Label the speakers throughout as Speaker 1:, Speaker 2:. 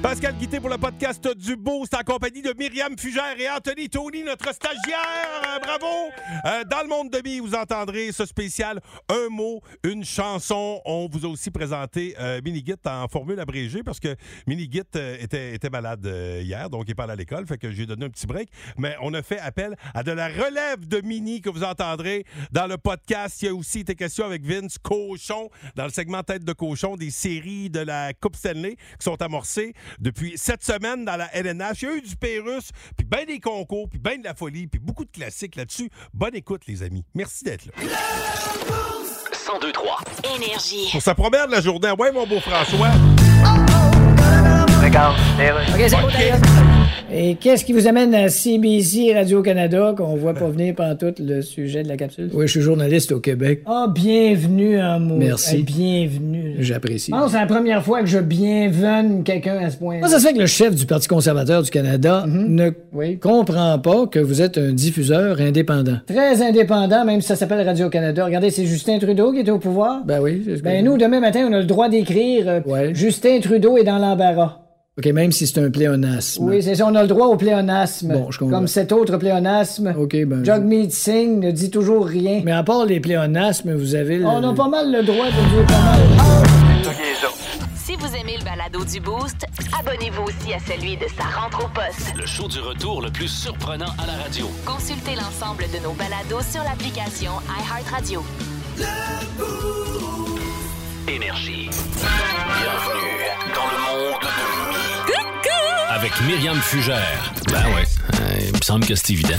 Speaker 1: Pascal Guité pour le podcast du Beau, c'est en compagnie de Myriam Fugère et Anthony Tony, notre stagiaire. Euh, bravo! Euh, dans le monde de Bi, vous entendrez ce spécial Un mot, une chanson. On vous a aussi présenté euh, Minigit en formule abrégée parce que Minigit euh, était, était malade euh, hier, donc il n'est pas allé à l'école, fait que j'ai donné un petit break. Mais on a fait appel à de la relève de Mini que vous entendrez dans le podcast. Il y a aussi été question avec Vince Cochon dans le segment Tête de Cochon des séries de la Coupe Stanley qui sont amorcées depuis cette semaine dans la LNH. Il y a eu du Pérus, puis bien des concours, puis bien de la folie, puis beaucoup de classiques là-dessus. Bonne écoute, les amis. Merci d'être là.
Speaker 2: 1023.
Speaker 3: Énergie.
Speaker 1: Pour sa première de la journée, ouais, mon beau François.
Speaker 4: Et qu'est-ce qui vous amène à CBC et Radio-Canada qu'on voit pas venir pendant tout le sujet de la capsule?
Speaker 5: Oui, je suis journaliste au Québec.
Speaker 4: Ah, bienvenue en mot.
Speaker 5: Merci.
Speaker 4: Eh, bienvenue.
Speaker 5: J'apprécie.
Speaker 4: Je pense que c'est la première fois que je bienvenue quelqu'un à ce point.
Speaker 5: Comment ça se fait que le chef du Parti conservateur du Canada ne
Speaker 4: Oui.
Speaker 5: comprend pas que vous êtes un diffuseur indépendant?
Speaker 4: Très indépendant, même si ça s'appelle Radio-Canada. Regardez, c'est Justin Trudeau qui était au pouvoir.
Speaker 5: Ben oui, c'est ce que-
Speaker 4: Ben, nous, demain matin, on a le droit d'écrire euh,
Speaker 5: Ouais.
Speaker 4: Justin Trudeau est dans l'embarras.
Speaker 5: OK, même si c'est un pléonasme.
Speaker 4: Oui, c'est ça, on a le droit au pléonasme.
Speaker 5: Bon, je comprends.
Speaker 4: Comme cet autre pléonasme.
Speaker 5: OK, ben.
Speaker 4: Jagmeet Singh ne dit toujours rien.
Speaker 5: Mais à part les pléonasmes, vous avez. le-
Speaker 4: On a pas mal le droit de dire pas mal.
Speaker 3: Si vous aimez le balado du Boost, abonnez-vous aussi à celui de sa rentre au poste.
Speaker 2: Le show du retour le plus surprenant à la radio.
Speaker 3: Consultez l'ensemble de nos balados sur l'application iHeartRadio.
Speaker 2: Énergie. Bienvenue dans le monde de Mi. Avec Myriam Fugère. Ben ouais, il me semble que c'est évident.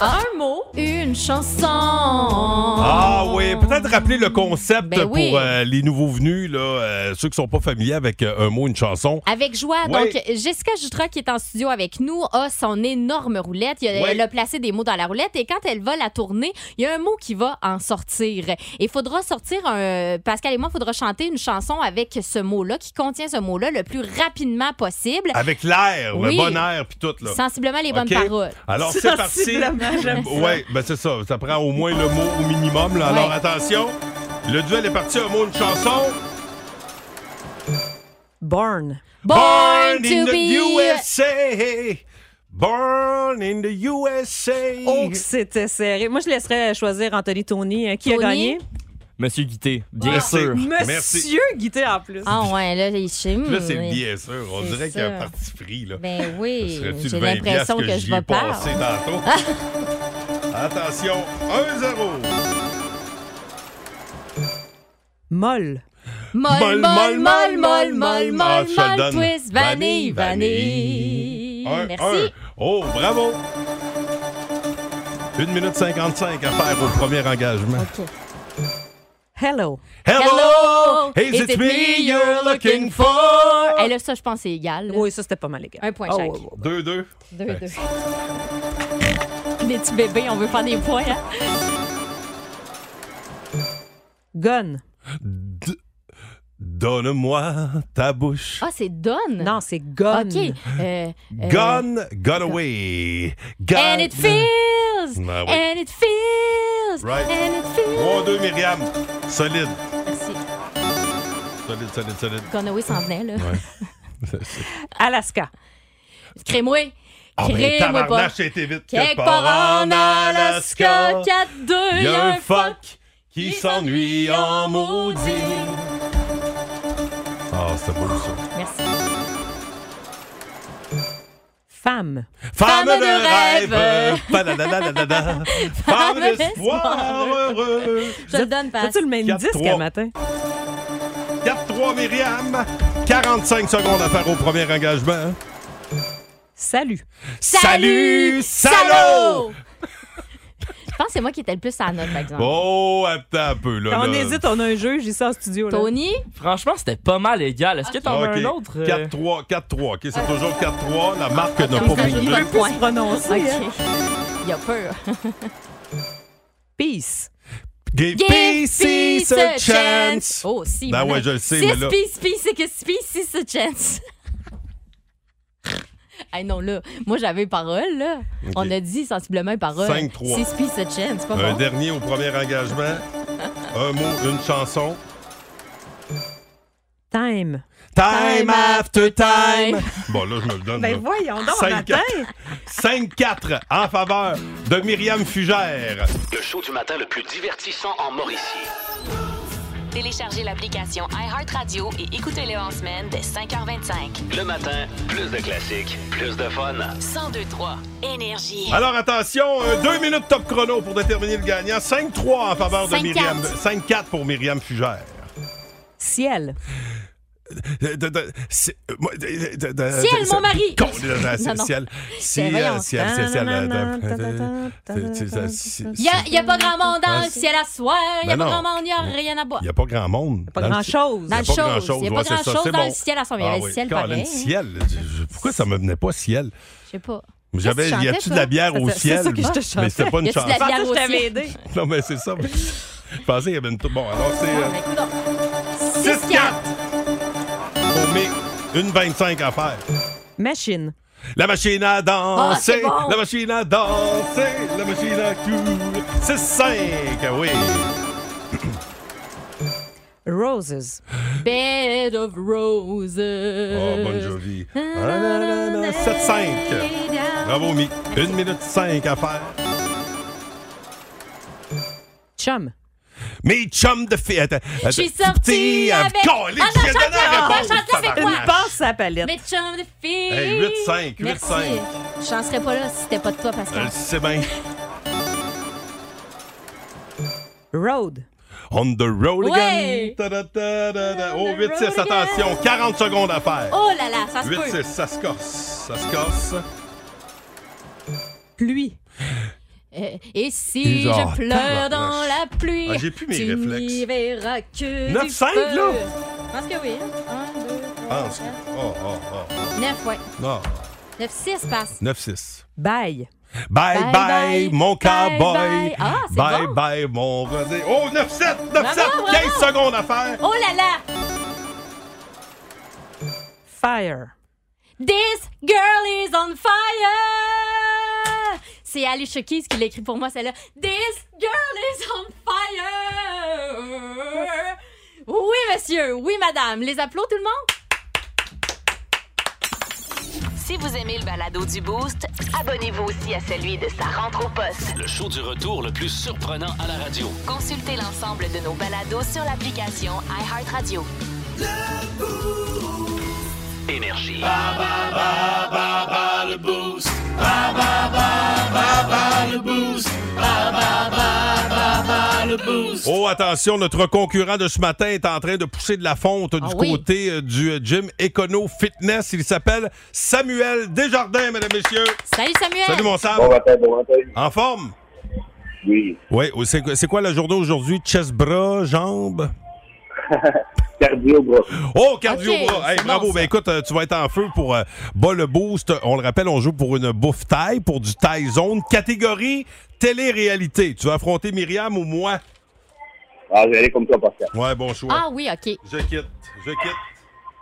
Speaker 6: Un mot, une chanson.
Speaker 1: Ah oui, peut-être rappeler le concept
Speaker 6: Ben oui.
Speaker 1: pour euh, les nouveaux venus, là, euh, ceux qui sont pas familiers avec euh, un mot, une chanson.
Speaker 6: Avec joie.
Speaker 1: Oui.
Speaker 6: Donc, Jessica Jutra, qui est en studio avec nous, a son énorme roulette. Il a-
Speaker 1: Oui.
Speaker 6: Elle a placé des mots dans la roulette et quand elle va la tourner, il y a un mot qui va en sortir. Et il faudra sortir un. Pascal et moi, il faudra chanter une chanson avec ce mot-là, qui contient ce mot-là le plus rapidement possible.
Speaker 1: Avec l'air, le
Speaker 6: Oui.
Speaker 1: bon air, puis tout, là.
Speaker 6: Sensiblement les bonnes
Speaker 1: OK?
Speaker 6: paroles.
Speaker 1: Alors, c'est parti. Oui, ben c'est ça. Ça prend au moins le mot au minimum. là. Alors,
Speaker 6: Ouais.
Speaker 1: attention. Le duel est parti, un mot, une chanson.
Speaker 7: Born.
Speaker 6: Born,
Speaker 1: in
Speaker 6: to
Speaker 1: the
Speaker 6: be.
Speaker 1: USA. Born in the USA.
Speaker 7: Oh, que c'était serré. Moi, je laisserais choisir Anthony Tony. Hein, Qui
Speaker 6: Tony?
Speaker 7: a gagné?
Speaker 8: Monsieur Guité, bien
Speaker 1: Merci.
Speaker 8: sûr.
Speaker 7: Monsieur
Speaker 1: Merci.
Speaker 7: Guité en plus.
Speaker 6: Ah ouais, là, il chime.
Speaker 1: Là, c'est bien sûr. On
Speaker 6: C'est
Speaker 1: dirait
Speaker 6: ça.
Speaker 1: qu'il y a un parti pris, là.
Speaker 6: Ben
Speaker 1: Ce
Speaker 6: oui,
Speaker 1: serait-tu
Speaker 6: j'ai
Speaker 1: le 20
Speaker 6: l'impression
Speaker 1: piastres
Speaker 6: que
Speaker 1: j'y
Speaker 6: je
Speaker 1: ai
Speaker 6: vais
Speaker 1: passé
Speaker 6: perdre.
Speaker 1: tantôt? Attention, 1-0.
Speaker 7: Molle.
Speaker 6: Molle, molle, molle, molle, molle,
Speaker 1: Ah,
Speaker 6: molle,
Speaker 1: je te le
Speaker 6: molle,
Speaker 1: donne.
Speaker 6: twist, vanille, vanille.
Speaker 1: Un, un.
Speaker 6: Merci.
Speaker 1: Oh, bravo. 1 minute 55 à faire au premier engagement.
Speaker 7: Hello.
Speaker 1: Hello! Is it me you're looking for?
Speaker 6: Eh là, ça, je pense que c'est égal. là.
Speaker 7: Oui, ça, c'était pas mal, les gars.
Speaker 6: Un point
Speaker 7: Ah,
Speaker 6: chaque.
Speaker 7: ouais, ouais.
Speaker 1: Oh, 2-2.
Speaker 6: Deux, deux. Les petits bébés, on veut faire des points. Hein?
Speaker 7: Gun.
Speaker 1: D- Donne-moi ta bouche.
Speaker 6: Ah, c'est donne.
Speaker 7: Non, c'est gun.
Speaker 6: OK. Euh, euh,
Speaker 1: Gone, gone away. Gone.
Speaker 6: And it feels.
Speaker 1: Ah oui.
Speaker 6: And it feels.
Speaker 1: Right.
Speaker 6: And it feels.
Speaker 1: 3-2, Myriam. Solide.
Speaker 6: Merci.
Speaker 1: Solide, solide, solide.
Speaker 6: Conaway s'en venait, là.
Speaker 7: Alaska.
Speaker 6: Crée-moi.
Speaker 1: Ah, ben,
Speaker 6: Crée-moi pas.
Speaker 1: tabarnache, j'ai été vite.
Speaker 6: Quelque part en Alaska, 4-2,
Speaker 1: Il y a un fuck qui
Speaker 6: qui
Speaker 1: s'ennuie
Speaker 6: s'ennuie
Speaker 1: en
Speaker 6: en
Speaker 1: maudit. Ah, c'était beau ça.
Speaker 6: Merci.
Speaker 7: Femme.
Speaker 1: Femme
Speaker 6: Femme
Speaker 1: de
Speaker 6: de
Speaker 1: rêve,
Speaker 6: rêve.
Speaker 1: pa-da-da-da-da-da. femme d'espoir
Speaker 6: d'espoir.
Speaker 1: heureux.
Speaker 6: Je te le donne, Pat.
Speaker 7: As-tu le même
Speaker 1: Quatre,
Speaker 7: disque
Speaker 1: trois.
Speaker 7: à matin?
Speaker 1: 4-3 Myriam, 45 secondes à faire au premier engagement.
Speaker 7: Salut.
Speaker 1: Salut, salaud!
Speaker 6: Je pense que c'est moi qui étais le plus à la note, par exemple.
Speaker 1: Oh, attends un peu là.
Speaker 7: Quand on
Speaker 1: là.
Speaker 7: hésite, on a un jeu. J'ai ça en studio. Là.
Speaker 6: Tony,
Speaker 8: Franchement, c'était pas mal égal. Est-ce que t'en
Speaker 1: Ok,
Speaker 8: veux un autre? euh?
Speaker 1: 4-3, 4-3. OK, c'est toujours 4-3. La marque n'a
Speaker 6: comme
Speaker 1: pas
Speaker 6: ça, je
Speaker 1: bougé.
Speaker 6: dis pas de point.
Speaker 7: Se prononcer. hein.
Speaker 6: OK. Il a peur.
Speaker 7: Peace.
Speaker 1: Give peace a chance.
Speaker 6: Oh, si.
Speaker 1: Ben
Speaker 6: mon
Speaker 1: ouais,
Speaker 6: âme.
Speaker 1: je le sais,
Speaker 6: Six
Speaker 1: mais là-
Speaker 6: peace, peace, c'est que peace, c'est a chance. Ah non, là, moi j'avais parole, là.
Speaker 1: Ok.
Speaker 6: On a dit sensiblement parole.
Speaker 1: 5-3.
Speaker 6: Six piece a chance, c'est pas
Speaker 1: Un
Speaker 6: bon.
Speaker 1: dernier au premier engagement. Un mot, une chanson.
Speaker 7: Time.
Speaker 1: Time after time.
Speaker 6: time.
Speaker 1: Bon, là, je me le donne.
Speaker 7: Ben voyons donc,
Speaker 1: Cinq,
Speaker 7: matin.
Speaker 1: 5-4 en faveur de Myriam Fugère.
Speaker 2: Le show du matin le plus divertissant en Mauricie.
Speaker 3: Téléchargez l'application iHeartRadio et écoutez-le en semaine dès 5h25.
Speaker 2: Le matin, plus de classiques, plus de fun.
Speaker 3: 1023 Énergie.
Speaker 1: Alors attention, euh, deux minutes top chrono pour déterminer le gagnant. 5-3 en faveur de
Speaker 6: 5-4.
Speaker 1: Myriam. 5-4 pour Myriam Fugère.
Speaker 7: Ciel.
Speaker 1: De- de- de- c'est- euh, moi, de- de- de- de-
Speaker 6: Ciel,
Speaker 1: c'est-
Speaker 6: mon mari!
Speaker 1: Con- de- de- de-
Speaker 6: Non, non.
Speaker 1: Ciel, ciel,
Speaker 6: voyons.
Speaker 1: ciel, ciel, ciel,
Speaker 7: Nanana,
Speaker 1: euh, euh,
Speaker 7: tadadam,
Speaker 1: c'est- c'est- c'est-
Speaker 6: Il y a, y a pas grand monde dans le ciel à soir. Il y a
Speaker 1: Ben
Speaker 6: pas
Speaker 1: non.
Speaker 6: grand monde, il a rien à boire.
Speaker 1: Il n'y a pas grand monde.
Speaker 7: Pas
Speaker 1: dans le-
Speaker 7: grand-chose.
Speaker 6: Dans
Speaker 1: y a
Speaker 6: le
Speaker 1: pas
Speaker 6: chose,
Speaker 1: grand-chose,
Speaker 6: il y a
Speaker 1: ouais,
Speaker 6: pas
Speaker 1: c'est ça,
Speaker 6: grand-chose
Speaker 1: c'est
Speaker 6: dans
Speaker 1: bon.
Speaker 6: le ciel à soir, mais il y
Speaker 1: Ah
Speaker 6: avait le
Speaker 1: oui,
Speaker 6: ciel
Speaker 1: Colin,
Speaker 6: pareil. hein.
Speaker 1: ciel. Je- je- Pourquoi ça me venait pas ciel?
Speaker 6: Je sais pas.
Speaker 1: J'avais,
Speaker 6: Qu'est-ce que tu
Speaker 1: y
Speaker 6: chantais,
Speaker 1: a-tu de la
Speaker 6: toi?
Speaker 1: bière au
Speaker 7: C'est- c'est
Speaker 1: ciel?
Speaker 7: ça que je te
Speaker 1: Mais
Speaker 7: chantais.
Speaker 1: c'était pas une
Speaker 6: Y a-tu de la
Speaker 7: Je
Speaker 1: chanson.
Speaker 7: pensais que je
Speaker 6: Bière au
Speaker 7: t'avais
Speaker 6: ciel.
Speaker 7: aidé.
Speaker 1: Non, mais c'est ça. mais- Je pensais qu'il y avait une. Bon, alors c'est
Speaker 6: 6-4.
Speaker 1: euh, on met une 25 à faire.
Speaker 7: Machine.
Speaker 1: La machine à
Speaker 6: Ah,
Speaker 1: danser,
Speaker 6: c'est bon.
Speaker 1: la machine à danser, la machine à courir. C'est 5, oui.
Speaker 7: Roses.
Speaker 6: Bed of roses.
Speaker 1: Oh, bonne jolie. 7-5. Bravo, Mi. Une minute 5 à faire.
Speaker 7: Chum.
Speaker 1: Mes chums de filles. Attends, attends.
Speaker 6: suis sortie
Speaker 1: Petit, euh,
Speaker 6: avec-
Speaker 1: Colin,
Speaker 6: Ah non,
Speaker 1: j'ai donné la
Speaker 6: chante-la,
Speaker 1: réponse,
Speaker 6: chante-la avec
Speaker 1: tabarnak.
Speaker 6: Ah.
Speaker 7: Passe à la palette.
Speaker 6: Mes chums de filles.
Speaker 1: Hey, 8-5, 8-5.
Speaker 6: Merci. J'en serais pas là si c'était pas de toi,
Speaker 1: Je le
Speaker 6: Pascal.
Speaker 1: sais bien.
Speaker 7: Road.
Speaker 1: On the road again.
Speaker 6: Ouais.
Speaker 1: Ta-da-ta-da-da. Oh,
Speaker 6: On the
Speaker 1: 8-6,
Speaker 6: road again.
Speaker 1: attention. 40 secondes à faire.
Speaker 6: Oh là là, ça se peut.
Speaker 1: 8-6, ça se corse. Ça se corse.
Speaker 7: Pluie.
Speaker 6: Euh, et si
Speaker 1: Genre,
Speaker 6: je pleure
Speaker 1: tabarnak.
Speaker 6: dans la pluie,
Speaker 1: Ah, j'ai plus mes
Speaker 6: tu
Speaker 1: réflexes.
Speaker 6: n'y verras que
Speaker 1: 9,
Speaker 6: du
Speaker 1: cinq,
Speaker 6: feu.
Speaker 1: là?
Speaker 6: Je pense que oui. hein. 1, 2,
Speaker 1: Pense. Oh, oh, oh.
Speaker 6: 9, ouais.
Speaker 1: Non.
Speaker 6: 9, 6 passe.
Speaker 1: 9-6.
Speaker 7: Bye.
Speaker 1: Bye bye,
Speaker 6: Bye, bye.
Speaker 1: mon
Speaker 6: Bye,
Speaker 1: cowboy.
Speaker 6: bye. Ah, c'est
Speaker 1: bye
Speaker 6: bon.
Speaker 1: bye, mon rosé. Oh, 9-7, 9-7,
Speaker 6: Bravo,
Speaker 1: 15
Speaker 6: bravo.
Speaker 1: secondes à faire.
Speaker 6: Oh là là!
Speaker 7: Fire.
Speaker 6: This girl is on fire! C'est Alicia Keys qui l'écrit pour moi, celle-là. This girl is on fire! Oui, monsieur! Oui, madame! Les applaudissements, tout le monde?
Speaker 3: Si vous aimez le balado du Boost, abonnez-vous aussi à celui de sa rentre au poste.
Speaker 2: Le show du retour le plus surprenant à la radio.
Speaker 3: Consultez l'ensemble de nos balados sur l'application iHeartRadio.
Speaker 2: Énergie.
Speaker 1: Oh, attention, notre concurrent de ce matin est en train de pousser de la fonte du
Speaker 6: Ah oui.
Speaker 1: côté euh, du euh, gym Econo Fitness. Il s'appelle Samuel Desjardins, mesdames, messieurs.
Speaker 6: Salut, Samuel!
Speaker 1: Salut, mon Sam.
Speaker 9: Bon matin, bon matin.
Speaker 1: En forme?
Speaker 9: Oui.
Speaker 1: Oui, c'est quoi- c'est quoi la journée aujourd'hui? Chest, bras, jambes?
Speaker 9: Cardio, bro.
Speaker 1: Oh, cardio
Speaker 6: Ok,
Speaker 1: bras. Hey,
Speaker 6: c'est
Speaker 1: bravo.
Speaker 6: bon, ça.
Speaker 1: ben écoute, euh, tu vas être en feu pour euh, bas le boost. On le rappelle, on joue pour une bouffe taille, pour du taille zone, catégorie télé-réalité. Tu vas affronter Myriam ou moi?
Speaker 9: Ah, j'allais comme toi, Pascal.
Speaker 1: Ouais, bon choix.
Speaker 6: Ah oui, OK.
Speaker 1: Je quitte, je quitte.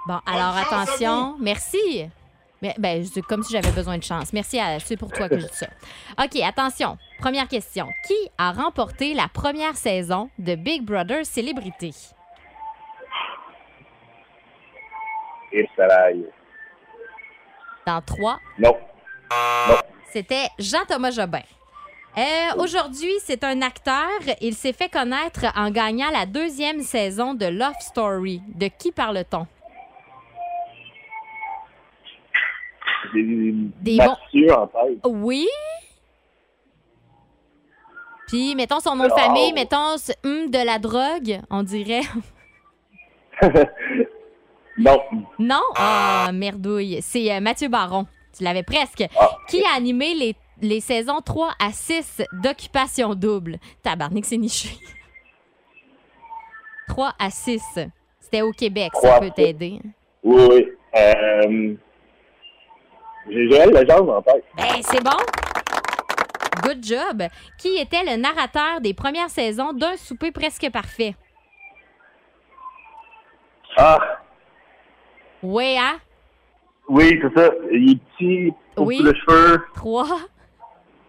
Speaker 6: Bon, alors
Speaker 1: chance à
Speaker 6: attention. Merci. Mais, ben, c'est comme si j'avais besoin de chance. Merci à c'est pour toi que je dis ça. OK, attention. Première question. Qui a remporté la première saison de Big Brother Célébrité?
Speaker 9: Et salaille.
Speaker 6: Dans trois,
Speaker 9: Non.
Speaker 6: c'était Jean-Thomas Jobin. Euh, Aujourd'hui, c'est un acteur. Il s'est fait connaître en gagnant la deuxième saison de Love Story. De qui parle-t-on?
Speaker 9: J'ai des,
Speaker 6: Des
Speaker 9: Mathieu en tête.
Speaker 6: Oui. Puis, mettons son nom de
Speaker 9: Oh.
Speaker 6: famille, mettons ce hum de la drogue, on dirait.
Speaker 9: Non.
Speaker 6: Non? Ah, merdouille. C'est euh, Mathieu Baron. Tu l'avais presque.
Speaker 9: Ah.
Speaker 6: Qui a animé les, les saisons 3 à 6 d'Occupation Double? Tabarnak, c'est niché. 3 à 6. C'était au Québec, ça
Speaker 9: Trois à
Speaker 6: peut
Speaker 9: six.
Speaker 6: t'aider.
Speaker 9: Oui, oui. Euh, J'ai Joël Legendre en tête.
Speaker 6: Ben, c'est bon! Good job! Qui était le narrateur des premières saisons d'un souper presque parfait?
Speaker 9: Ah,
Speaker 6: Ouais, hein?
Speaker 9: Oui, c'est ça. Il est petit, au
Speaker 6: Oui.
Speaker 9: bout de cheveux.
Speaker 6: 3,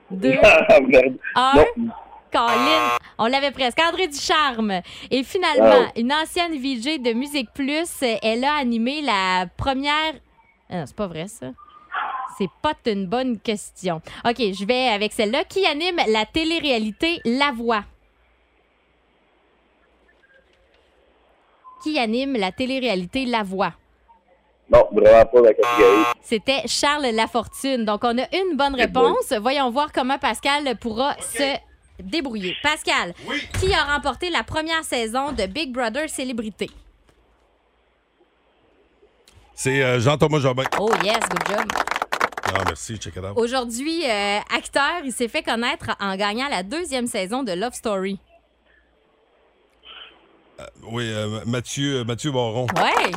Speaker 6: 2,
Speaker 9: Ah, merde.
Speaker 6: 1.
Speaker 9: Non.
Speaker 6: Colin, on l'avait presque. André Ducharme. Et finalement,
Speaker 9: Wow.
Speaker 6: une ancienne VJ de Musique Plus, elle a animé la première. Ah non, c'est pas vrai, ça. C'est pas une bonne question. OK, je vais avec celle-là. Qui anime la télé-réalité La Voix? Qui anime la télé-réalité La Voix?
Speaker 9: Non, vraiment pas la catégorie.
Speaker 6: C'était Charles Lafortune. Donc, on a une bonne réponse. Voyons voir comment Pascal pourra se débrouiller. Pascal, qui a remporté la première saison de Big Brother Célébrité?
Speaker 1: C'est euh, Jean-Thomas Jobin.
Speaker 6: Oh yes, good job.
Speaker 1: Ah, merci, check it out.
Speaker 6: Aujourd'hui, euh, acteur, il s'est fait connaître en gagnant la deuxième saison de Love Story.
Speaker 1: Oui, euh, Mathieu, euh, Mathieu Baron.
Speaker 6: Ouais,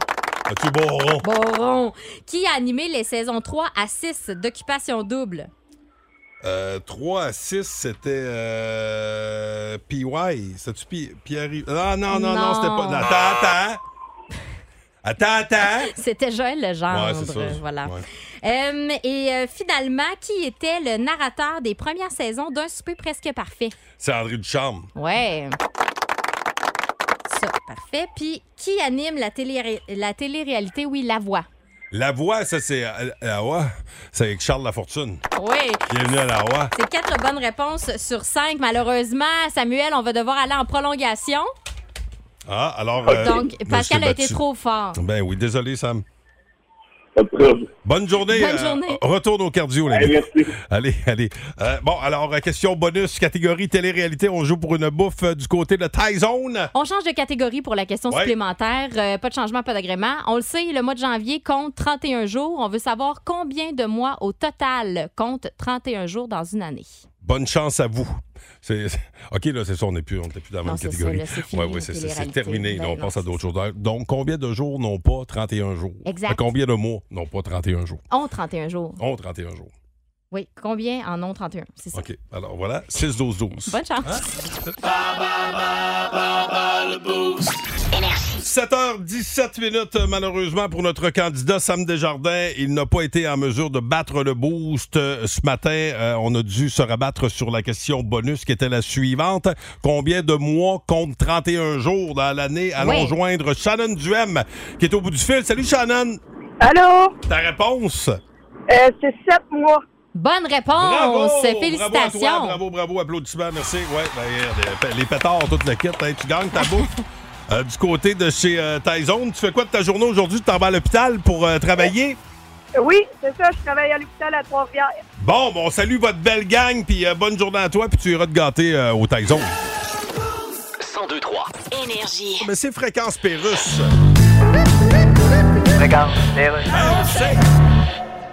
Speaker 1: Mathieu Baron.
Speaker 6: Boron. Qui a animé les saisons 3 à 6 d'Occupation Double?
Speaker 1: Euh, 3 à 6, c'était euh, PY. C'était-tu Pi- Pierre... Ah non, non, non,
Speaker 6: Non.
Speaker 1: c'était pas... Attends, attends. Attends, attends.
Speaker 6: C'était Joël Legendre.
Speaker 1: Hein? Ouais, c'est ça.
Speaker 6: Voilà.
Speaker 1: Ouais.
Speaker 6: Euh, et euh, finalement, qui était le narrateur des premières saisons d'un souper presque parfait?
Speaker 1: C'est André Ducharme.
Speaker 6: Ouais. Ça, parfait. Puis, qui anime la, télé la télé-réalité? Oui, La Voix.
Speaker 1: La voix, ça, c'est... euh, La voix, c'est avec Charles Lafortune.
Speaker 6: Oui.
Speaker 1: Bienvenue à La voix.
Speaker 6: C'est quatre bonnes réponses sur cinq. Malheureusement, Samuel, on va devoir aller en prolongation.
Speaker 1: Ah, alors... euh,
Speaker 6: Oh, Donc,
Speaker 1: je
Speaker 6: Pascal
Speaker 1: t'ai
Speaker 6: a été
Speaker 1: battu.
Speaker 6: trop fort.
Speaker 1: Ben oui, désolé, Sam.
Speaker 9: Pas de trouble.
Speaker 1: Bonne journée. euh,
Speaker 6: Bonne journée.
Speaker 1: Retourne au cardio, les
Speaker 9: Hey,
Speaker 1: gars.
Speaker 9: merci.
Speaker 1: Allez, allez. Euh, bon, alors, euh, question bonus, catégorie télé-réalité. On joue pour une bouffe euh, du côté de Tyzone.
Speaker 6: On change de catégorie pour la question
Speaker 1: Ouais.
Speaker 6: supplémentaire. Euh, pas de changement, pas d'agrément. On le sait, le mois de janvier compte 31 jours. On veut savoir combien de mois au total compte 31 jours dans une année.
Speaker 1: Bonne chance à vous. C'est- c'est- OK, là, c'est ça, on n'est plus, on n'était plus dans la
Speaker 6: Non,
Speaker 1: même
Speaker 6: c'est
Speaker 1: catégorie.
Speaker 6: ça, là, c'est fini,
Speaker 1: Ouais, ouais,
Speaker 6: la
Speaker 1: c'est, c'est- c'est
Speaker 6: télé-réalité.
Speaker 1: terminé.
Speaker 6: Ben
Speaker 1: Là, on
Speaker 6: non,
Speaker 1: passe à
Speaker 6: c'est
Speaker 1: d'autres choses. Donc, combien de jours n'ont pas 31 jours?
Speaker 6: Exact.
Speaker 1: Fait Combien de mois n'ont pas 31 jours?
Speaker 6: On 31 jours.
Speaker 1: Ont 31 jours.
Speaker 6: Oui, combien en ont 31? C'est ça.
Speaker 1: OK. Alors, voilà, 6-12-12.
Speaker 6: Bonne chance.
Speaker 1: Hein? 7h17 minutes, malheureusement, pour notre candidat Sam Desjardins. Il n'a pas été en mesure de battre le boost euh, ce matin. Euh, on a dû se rabattre sur la question bonus qui était la suivante. Combien de mois compte 31 jours dans l'année? Allons
Speaker 6: Ouais.
Speaker 1: joindre Shannon Duhem qui est au bout du fil. Salut Shannon!
Speaker 10: Allô?
Speaker 1: Ta réponse?
Speaker 10: Euh, c'est sept mois.
Speaker 6: Bonne réponse.
Speaker 1: Bravo!
Speaker 6: Félicitations.
Speaker 1: Bravo, à toi, bravo, bravo, applaudissements, merci. Ouais, ben, regarde, les, les pétards, toute la quête, hein, tu gagnes ta bouffe. Euh, du côté de chez euh, Tyzone, tu fais quoi de ta journée aujourd'hui? Tu t'en vas à l'hôpital pour euh, travailler?
Speaker 10: Euh, Oui, c'est ça, je travaille à l'hôpital à Trois-Rivières.
Speaker 1: Bon, bon, salut votre belle gang, puis euh, bonne journée à toi, puis tu iras te gâter euh, au Tyzone.
Speaker 3: 1023 Énergie.
Speaker 1: Oh, Mais c'est Fréquence Pérusse.
Speaker 11: Regarde, c'est vrai.
Speaker 1: Ben,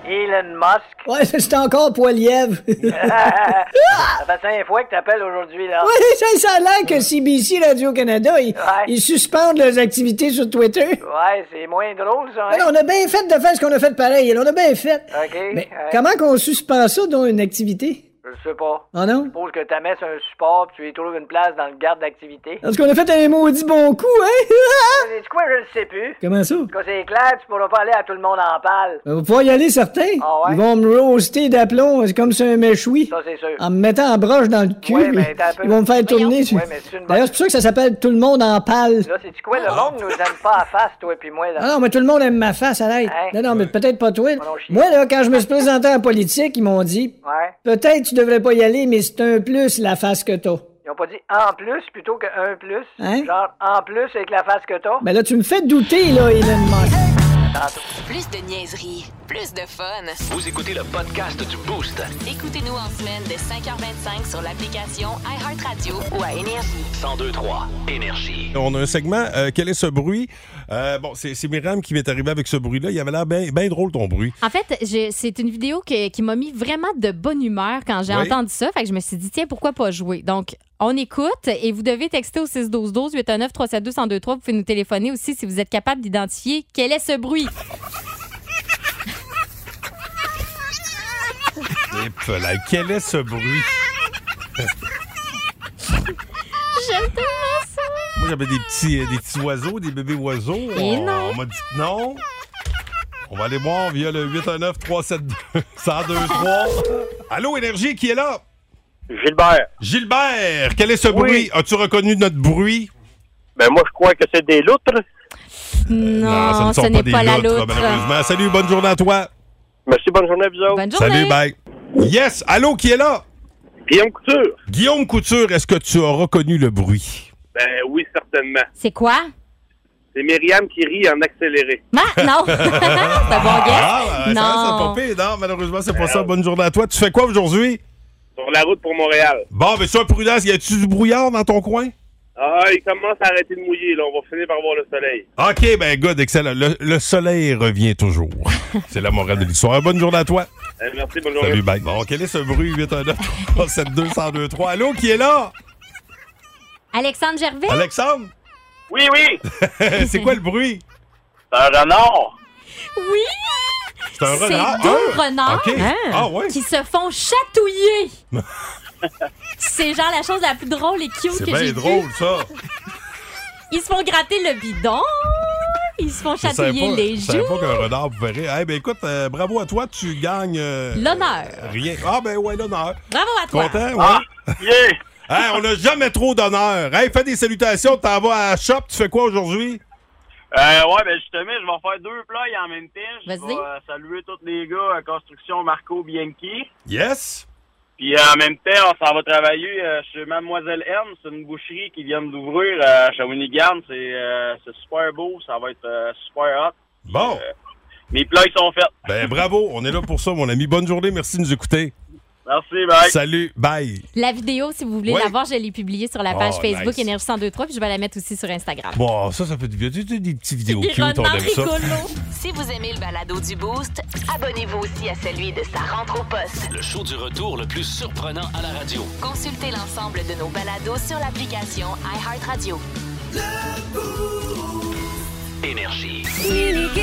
Speaker 11: Elon Musk,
Speaker 5: Ouais, c'est encore Poilièvre.
Speaker 11: ça fait cinq fois que t'appelles aujourd'hui, là.
Speaker 5: Oui, ça, ça a l'air que CBC Radio-Canada, ils, ils suspendent leurs activités sur Twitter.
Speaker 11: Ouais, c'est moins drôle, ça,
Speaker 5: Ouais,
Speaker 11: hein?
Speaker 5: on a bien fait de faire ce qu'on a fait de pareil. là, On a bien fait.
Speaker 11: OK.
Speaker 5: Mais
Speaker 11: ouais.
Speaker 5: comment qu'on suspend ça dans une activité?
Speaker 11: Je sais pas.
Speaker 5: Ah non?
Speaker 11: Je suppose que ta mets sur un support puis tu y trouves une place dans le garde d'activité.
Speaker 5: Parce qu'on a fait un maudit bon coup, hein?
Speaker 11: C'est quoi, je le sais plus.
Speaker 5: comment ça? Ben,
Speaker 11: Quand c'est clair, tu pourras pas aller à tout le monde en parle.
Speaker 5: On va pouvoir y aller, certains.
Speaker 11: Ah ouais?
Speaker 5: Ils vont me roaster d'aplomb, c'est comme sur un méchoui.
Speaker 11: Ça, c'est sûr.
Speaker 5: En me mettant en broche dans le cul,
Speaker 11: Ouais, mais t'as un peu-
Speaker 5: ils vont me faire tourner. sur-
Speaker 11: Ouais, mais c'est une bonne-
Speaker 5: D'ailleurs, c'est pour ça que ça s'appelle Tout le monde en parle.
Speaker 11: Là, c'est quoi, le monde nous aime pas à face, toi puis moi, là.
Speaker 5: Ah non, mais tout le monde aime ma face à l'aide.
Speaker 11: Hein?
Speaker 5: Non, non, mais peut-être pas toi.
Speaker 11: non, chier.
Speaker 5: Moi, là, quand je me suis présenté en politique, ils m'ont dit
Speaker 11: Ouais.
Speaker 5: Peut-être tu devrais pas y aller, mais c'est un plus la face que t'as.
Speaker 11: Ils ont pas dit en plus plutôt que un plus.
Speaker 5: Hein?
Speaker 11: Genre en plus avec la face que t'as.
Speaker 5: Ben là, tu me fais douter, là, Elon Musk.
Speaker 3: Plus de niaiserie, plus de fun.
Speaker 2: Vous écoutez le podcast du Boost.
Speaker 3: Écoutez-nous en semaine de 5h25 sur l'application iHeartRadio ou à Énergie.
Speaker 2: 1023 Énergie.
Speaker 1: On a un segment, euh, quel est ce bruit? Euh, bon, c'est, c'est Myriam qui m'est arrivée avec ce bruit-là. Il avait l'air bien bien drôle, ton bruit.
Speaker 6: En fait, j'ai- c'est une vidéo que- qui m'a mis vraiment de bonne humeur quand j'ai
Speaker 1: Oui.
Speaker 6: entendu ça. Fait que je me suis dit, tiens, pourquoi pas jouer? Donc, on écoute et vous devez texter au 612-12, 819-372-1023. Vous pouvez nous téléphoner aussi si vous êtes capable d'identifier quel est ce bruit.
Speaker 1: Et voilà, quel est ce bruit?
Speaker 6: J'aime tellement ça.
Speaker 1: Moi, j'avais des petits, euh, des petits oiseaux, des bébés oiseaux.
Speaker 6: Et
Speaker 1: on
Speaker 6: non.
Speaker 1: on m'a dit que non. On va aller voir via le 819-372-1023. Allô, Énergie, qui est là?
Speaker 9: Gilbert.
Speaker 1: Gilbert, quel est ce bruit? As-tu reconnu notre bruit?
Speaker 9: Ben, moi, je crois que c'est des loutres.
Speaker 1: Non,
Speaker 6: Non,
Speaker 1: ce ne
Speaker 6: ce
Speaker 1: sont
Speaker 6: n'est
Speaker 1: des
Speaker 6: pas la
Speaker 1: loutres,
Speaker 6: loutre.
Speaker 1: malheureusement. Salut, bonne journée à toi.
Speaker 9: Merci, bonne journée à vous autres.
Speaker 6: Bonne
Speaker 1: Salut,
Speaker 6: journée.
Speaker 1: bye. Yes, allô, qui est là?
Speaker 9: Guillaume Couture.
Speaker 1: Guillaume Couture, est-ce que tu as reconnu le bruit?
Speaker 9: Ben oui, certainement.
Speaker 6: C'est quoi?
Speaker 9: C'est Myriam qui rit en accéléré.
Speaker 6: Ah, non. c'est un bon guess.
Speaker 1: Ah, ouais, ça, ça a
Speaker 6: non.
Speaker 1: popé. Non, malheureusement, c'est pas ça. Bonne journée à toi. Tu fais quoi aujourd'hui?
Speaker 9: Sur la route pour Montréal.
Speaker 1: Bon, ben, sois prudence. Y a-tu du brouillard dans ton coin?
Speaker 9: Ah, il commence à arrêter de mouiller, là. On va finir par voir le soleil.
Speaker 1: OK, ben, good, excellent. Le, le soleil revient toujours. c'est la morale de l'histoire. Bonne journée à toi.
Speaker 9: Euh, merci, bonne journée.
Speaker 1: Salut, bye. Bon, quel est ce bruit? 819 372 1023 Allô, qui est là?
Speaker 6: Alexandre Gervais?
Speaker 1: Alexandre?
Speaker 9: Oui, oui.
Speaker 1: c'est quoi le bruit?
Speaker 9: C'est un renard.
Speaker 6: Oui!
Speaker 1: C'est un renard.
Speaker 6: deux
Speaker 1: Ah!
Speaker 6: renards
Speaker 1: OK. Ah, ouais.
Speaker 6: qui se font chatouiller. C'est genre la chose la plus drôle et cute
Speaker 1: C'est
Speaker 6: que j'ai vue.
Speaker 1: bien drôle, ça.
Speaker 6: Ils se font gratter le bidon. Ils se font
Speaker 1: Je savais
Speaker 6: chatouiller
Speaker 1: pas-
Speaker 6: les
Speaker 1: Je savais
Speaker 6: joues.
Speaker 1: pas qu'un renard pouvait rire. Eh ben, écoute, euh, bravo à toi. Tu gagnes euh,
Speaker 6: L'honneur.
Speaker 1: rien. Ah, ben, ouais, l'honneur.
Speaker 6: Bravo à toi.
Speaker 1: Content, ouais.
Speaker 12: Ah,
Speaker 1: Hey, on n'a jamais trop d'honneur. Hey, fais des salutations, t'en vas à la shop, tu fais quoi aujourd'hui?
Speaker 12: Euh, ouais, ben justement, je vais faire deux plats en même temps. Je
Speaker 6: Vas-y.
Speaker 12: vais euh, saluer tous les gars à Construction Marco Bianchi.
Speaker 1: Yes?
Speaker 12: Puis euh, en même temps, on s'en va travailler euh, chez Mademoiselle M. C'est une boucherie qui vient d'ouvrir euh, à Shawinigan. C'est euh, c'est super beau, ça va être euh, super hot.
Speaker 1: Bon.
Speaker 12: euh, Mes plats, ils sont faits.
Speaker 1: Ben bravo, on est là pour ça, mon ami. Bonne journée, merci de nous écouter.
Speaker 12: Merci, bye.
Speaker 1: Salut, bye.
Speaker 6: La vidéo, si vous voulez
Speaker 1: Ouais.
Speaker 6: la voir, je l'ai publiée sur la
Speaker 1: Oh,
Speaker 6: page Facebook
Speaker 1: nice.
Speaker 6: Énergie 1023 puis je vais la mettre aussi sur Instagram.
Speaker 1: Bon, ça, ça fait du bien. Tu sais, des petites vidéos
Speaker 6: Des
Speaker 1: cute, on
Speaker 6: renards
Speaker 1: aime ça.
Speaker 6: rigolos.
Speaker 3: Si vous aimez le balado du Boost, abonnez-vous aussi à celui de sa rentre au poste.
Speaker 2: Le show du retour le plus surprenant à la radio.
Speaker 3: Consultez l'ensemble de nos balados sur l'application iHeartRadio.
Speaker 2: Énergie.
Speaker 13: Minigit,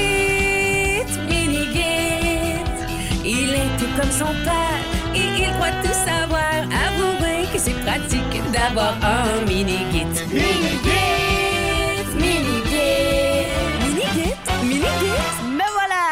Speaker 13: Minigit, il est tout comme son père et il croit tout savoir. Avouez que c'est pratique d'avoir un Minigit. Minigit, Minigit, Minigit, Minigit, me voilà!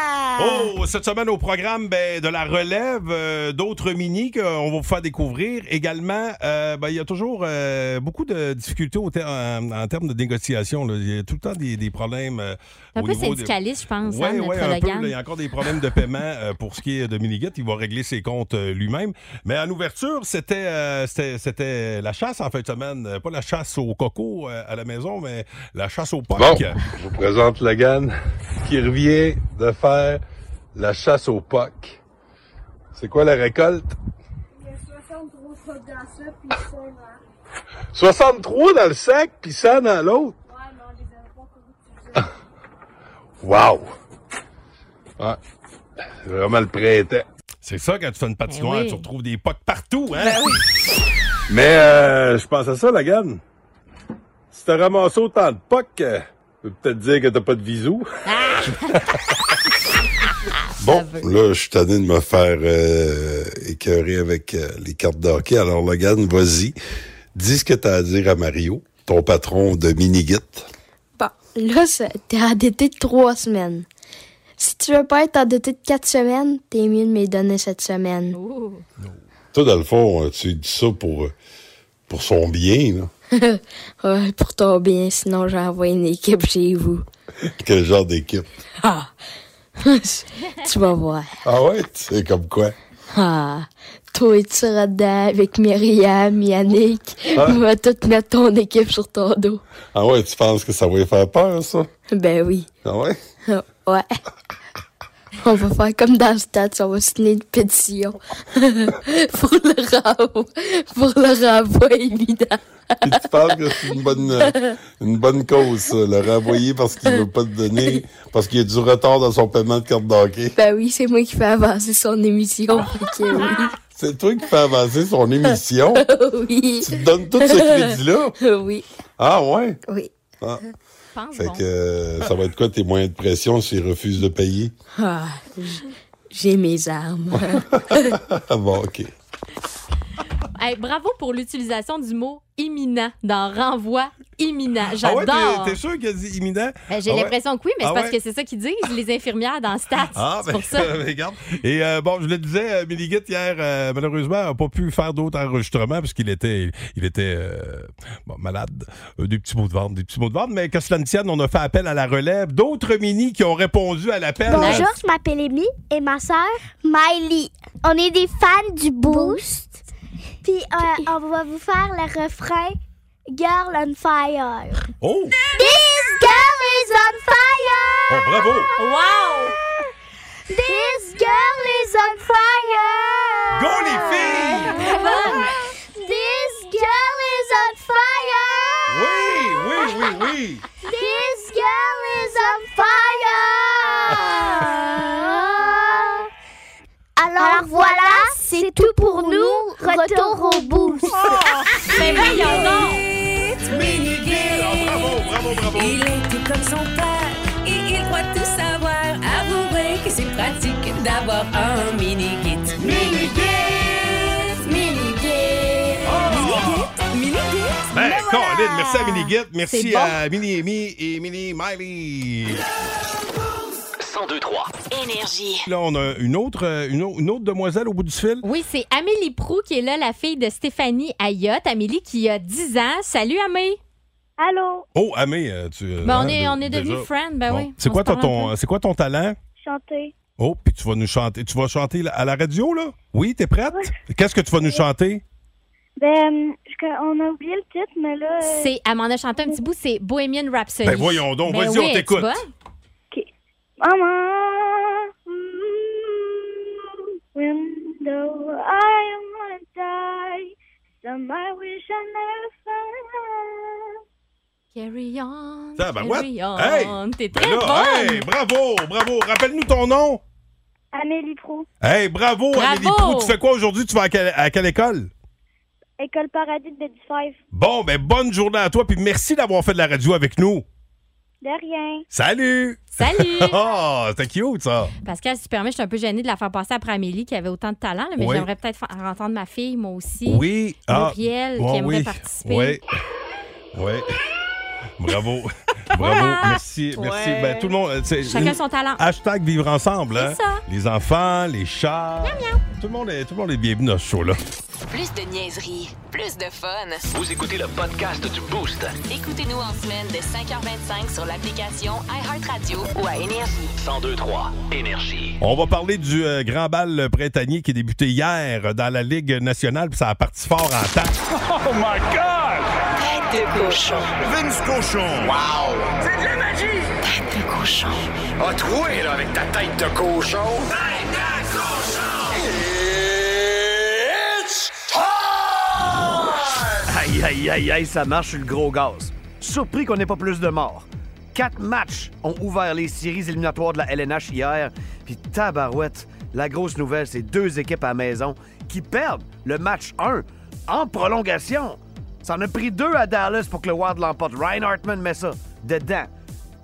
Speaker 1: Oh, cette semaine au programme ben, de la relève, euh, d'autres mini qu'on va vous faire découvrir. Également, euh, ben, il y a toujours euh, beaucoup de difficultés au ter- en, en termes de négociation. là. Il y a tout le temps des, des problèmes. euh,
Speaker 6: C'est un
Speaker 1: au
Speaker 6: peu
Speaker 1: niveau des-
Speaker 6: syndicaliste, je pense,
Speaker 1: Ouais,
Speaker 6: hein, notre
Speaker 1: ouais, un peu,
Speaker 6: Logan.
Speaker 1: là, il y a encore des problèmes de paiement euh, pour ce qui est de Miniguette. Il va régler ses comptes euh, lui-même. Mais en ouverture, c'était, euh, c'était, c'était la chasse en fin de semaine. Euh, Pas la chasse au coco euh, à la maison, mais la chasse au
Speaker 14: Bon,
Speaker 1: puck.
Speaker 14: je vous présente Logan qui revient de faire la chasse au POC. C'est quoi la récolte?
Speaker 10: Il y a 63 shots dans ça, puis ça, là.
Speaker 14: 63 dans le sac, puis 100 dans l'autre. Wow! Ah. Ouais. C'est Vraiment le printemps.
Speaker 1: C'est ça, quand tu fais une patinoire,
Speaker 6: Ben
Speaker 14: oui.
Speaker 1: tu retrouves des pocs partout. Hein?
Speaker 14: Mais euh, je pense à ça, Logan. Si t'as ramassé autant de POC, euh, je peux peut-être dire que t'as pas de bisous.
Speaker 6: Ah!
Speaker 15: Bon, là, je suis tanné de me faire euh, écœurer avec euh, les cartes d'hockey. Alors, Logan, vas-y. Dis ce que t'as à dire à Mario, ton patron de Minigit.
Speaker 16: Bon, là, ça- t'es endetté de trois semaines. Si tu veux pas être endetté de quatre semaines, t'es mieux de me les donner cette semaine.
Speaker 15: Toi, dans le fond, euh, tu dis ça pour, euh, pour son bien, là.
Speaker 16: Ouais, pour ton bien, sinon j'envoie une équipe chez vous.
Speaker 15: Quel genre d'équipe?
Speaker 16: Ah! tu vas voir.
Speaker 15: Ah ouais? C'est comme quoi?
Speaker 16: Ah! Toi, tu seras dedans avec Myriam, Yannick.
Speaker 15: Ah.
Speaker 16: On va tout mettre ton équipe sur ton dos.
Speaker 15: Ah ouais, tu penses que ça va lui faire peur, ça?
Speaker 16: Ben oui.
Speaker 15: Ah ouais?
Speaker 16: Ah, Ouais. On va faire comme dans le stade, on va signer une pétition pour le renvoi, pour le renvoi évident.
Speaker 15: Puis tu penses que c'est une bonne, euh, une bonne cause, ça, le renvoyer parce qu'il veut pas te donner, parce qu'il y a du retard dans son paiement de carte d'hockey.
Speaker 16: Ben oui, c'est moi qui fais avancer son émission. fait que oui.
Speaker 15: C'est toi qui fais avancer son émission.
Speaker 16: oui.
Speaker 15: Tu te donnes tout ce crédit-là?
Speaker 16: Oui.
Speaker 15: Ah ouais?
Speaker 16: Oui.
Speaker 15: Ah.
Speaker 6: Pense
Speaker 15: Fait
Speaker 6: bon.
Speaker 15: que euh, ça va être quoi tes moyens de pression s'il refuse de payer?
Speaker 16: Ah, j- j'ai mes armes.
Speaker 15: bon, OK.
Speaker 1: Ah
Speaker 6: Hey, bravo pour l'utilisation du mot imminent dans renvoi imminent.
Speaker 1: Ah ouais,
Speaker 6: J'adore.
Speaker 1: t'es- t'es sûr qu'il a dit imminent?
Speaker 6: Ben, J'ai
Speaker 1: Ah ouais?
Speaker 6: l'impression que oui, mais
Speaker 1: Ah
Speaker 6: c'est parce
Speaker 1: ouais?
Speaker 6: que c'est ça qu'ils disent, les infirmières dans Stats.
Speaker 1: Ah,
Speaker 6: c'est
Speaker 1: ben,
Speaker 6: pour ça.
Speaker 1: regarde. Et euh, bon, je le disais, euh, Billy Gitt, hier, euh, malheureusement, n'a pas pu faire d'autres enregistrements parce qu'il était, il était euh, bon, malade. Euh, Des petits mots de vente, des petits mots de vente. Mais que cela ne tienne, on a fait appel à la relève. D'autres mini qui ont répondu à l'appel.
Speaker 17: Bonjour, je m'appelle Amy et ma sœur Miley. On est des fans du Boost. Puis euh, on va vous faire le refrain Girl on Fire.
Speaker 1: Oh!
Speaker 17: This girl is on fire.
Speaker 1: Oh, bravo!
Speaker 6: Wow!
Speaker 17: This girl is on fire.
Speaker 1: Go les
Speaker 17: filles! This girl is on fire.
Speaker 1: Oui, oui, oui, oui!
Speaker 17: This girl is on fire. Alors voilà, c'est tout pour nous. Retour au boost.
Speaker 13: Mais voyons donc!
Speaker 1: Bravo, bravo, bravo!
Speaker 13: Il est tout comme son père et il croit tout savoir. Avouez que c'est pratique d'avoir un mini-kit. Mini-kit! Mini-kit! Mini-kit! Mini-kit!
Speaker 1: Ben, Colin, merci à Mini Git, merci
Speaker 13: C'est bon.
Speaker 1: à Mini Amy et Mini Miley.
Speaker 2: 1023.
Speaker 3: Énergie.
Speaker 1: Là, on a une autre, euh, une, au- une autre demoiselle au bout du fil.
Speaker 6: Oui, c'est Amélie Prou qui est là, la fille de Stéphanie Ayotte. Amélie qui a 10 ans. Salut, Amé.
Speaker 17: Allô?
Speaker 1: Oh, Amé, euh, tu. euh,
Speaker 6: Ben, on
Speaker 1: hein,
Speaker 6: est,
Speaker 1: de-
Speaker 6: on est
Speaker 1: déjà.
Speaker 6: devenus friends, ben
Speaker 1: Bon.
Speaker 6: oui.
Speaker 1: C'est
Speaker 6: On
Speaker 1: quoi,
Speaker 6: se
Speaker 1: toi,
Speaker 6: parle un
Speaker 1: ton,
Speaker 6: peu.
Speaker 1: c'est quoi ton talent?
Speaker 17: Chanter.
Speaker 1: Oh, puis tu vas nous chanter. Tu vas chanter à la radio, là? Oui, t'es prête? Qu'est-ce que tu vas nous chanter?
Speaker 17: Ben, je- on a oublié le titre, mais là. euh,
Speaker 6: C'est, elle m'en a chanté un petit bout, c'est Bohemian Rhapsody.
Speaker 1: Ben, voyons donc,
Speaker 6: Ben
Speaker 1: vas-y,
Speaker 6: oui,
Speaker 1: on t'écoute.
Speaker 6: tu vois?
Speaker 17: Mama, mm, when though I am gonna die, some I wish I never found.
Speaker 6: Carry on.
Speaker 1: Ah, ben, what?
Speaker 6: carry on.
Speaker 1: Hey!
Speaker 6: T'es
Speaker 1: Ben
Speaker 6: très
Speaker 1: là,
Speaker 6: bonne.
Speaker 1: hey, bravo, bravo. Rappelle-nous ton nom.
Speaker 17: Amélie Pro,
Speaker 1: Hey, bravo,
Speaker 17: Bravo!
Speaker 1: Amélie Proulx. Tu fais quoi aujourd'hui? Tu vas à quelle, à quelle école?
Speaker 17: École Paradis de 15.
Speaker 1: Bon, ben, bonne journée à toi, puis merci d'avoir fait de la radio avec nous.
Speaker 17: De rien.
Speaker 1: Salut!
Speaker 6: Salut!
Speaker 1: Ah, c'était cute, ça.
Speaker 6: Pascal, si tu permets, je suis un peu gênée de la faire passer après Amélie qui avait autant de talent, là, mais
Speaker 1: Oui.
Speaker 6: j'aimerais peut-être faire entendre ma fille, moi aussi.
Speaker 1: Oui. Ah,
Speaker 6: Muriel,
Speaker 1: bon,
Speaker 6: qui aimerait
Speaker 1: oui.
Speaker 6: participer.
Speaker 1: Oui. Oui. Bravo. Bravo.
Speaker 6: Voilà.
Speaker 1: Merci. Merci.
Speaker 6: Ouais.
Speaker 1: Ben, tout le monde. euh, c'est-
Speaker 6: Chacun son talent.
Speaker 1: Hashtag vivre ensemble. hein.
Speaker 6: ça.
Speaker 1: Les enfants, les chats. Tout le monde est, tout le monde est bienvenu à ce show-là.
Speaker 3: Plus de niaiserie, plus de fun.
Speaker 2: Vous écoutez le podcast du Boost.
Speaker 3: Écoutez-nous en semaine de 5h25 sur l'application iHeartRadio ou à Énergie.
Speaker 2: 1023. Énergie.
Speaker 1: On va parler du euh, grand bal printanier qui a débuté hier euh, dans la Ligue nationale. puis Ça a parti fort en temps.
Speaker 13: Oh my God! Tête de cochon.
Speaker 2: Vince Cochon. Wow.
Speaker 13: C'est de la magie! Tête de cochon.
Speaker 2: A troué, là, avec ta tête de cochon.
Speaker 13: Tête de
Speaker 11: Oh,
Speaker 18: Aïe, aïe, aïe, aïe, ça marche sur le gros gaz. Surpris qu'on n'ait pas plus de morts. Quatre matchs ont ouvert les séries éliminatoires de la LNH hier. Puis tabarouette, la grosse nouvelle, c'est deux équipes à la maison qui perdent le match 1 en prolongation. Ça en a pris deux à Dallas pour que le Wild l'emporte. Ryan Hartman met ça dedans.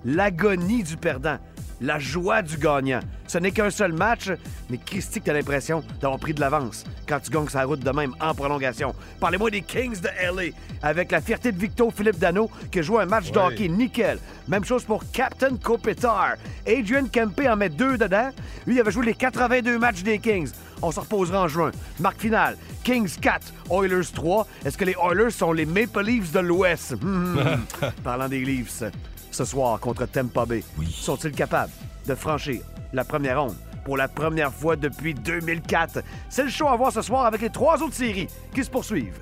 Speaker 18: L'agonie du perdant. La joie du gagnant. Ce n'est qu'un seul match, mais Christy, que t'as l'impression d'avoir pris de l'avance quand tu gagnes sa route de même en prolongation. Parlez-moi des Kings de LA avec la fierté de Victo Philippe Dano qui joue un match de
Speaker 19: Ouais.
Speaker 18: hockey nickel. Même chose pour Captain Kopitar. Adrian Kempe en met deux dedans. Lui, il avait joué les 82 matchs des Kings. On se reposera en juin. Marque finale, Kings 4, Oilers 3. Est-ce que les Oilers sont les Maple Leafs de l'Ouest? Hmm. Parlant des Leafs, ce soir contre Tampa Bay, sont-ils capables de franchir la première ronde pour la première fois depuis 2004? C'est le show à voir ce soir avec les trois autres séries qui se poursuivent.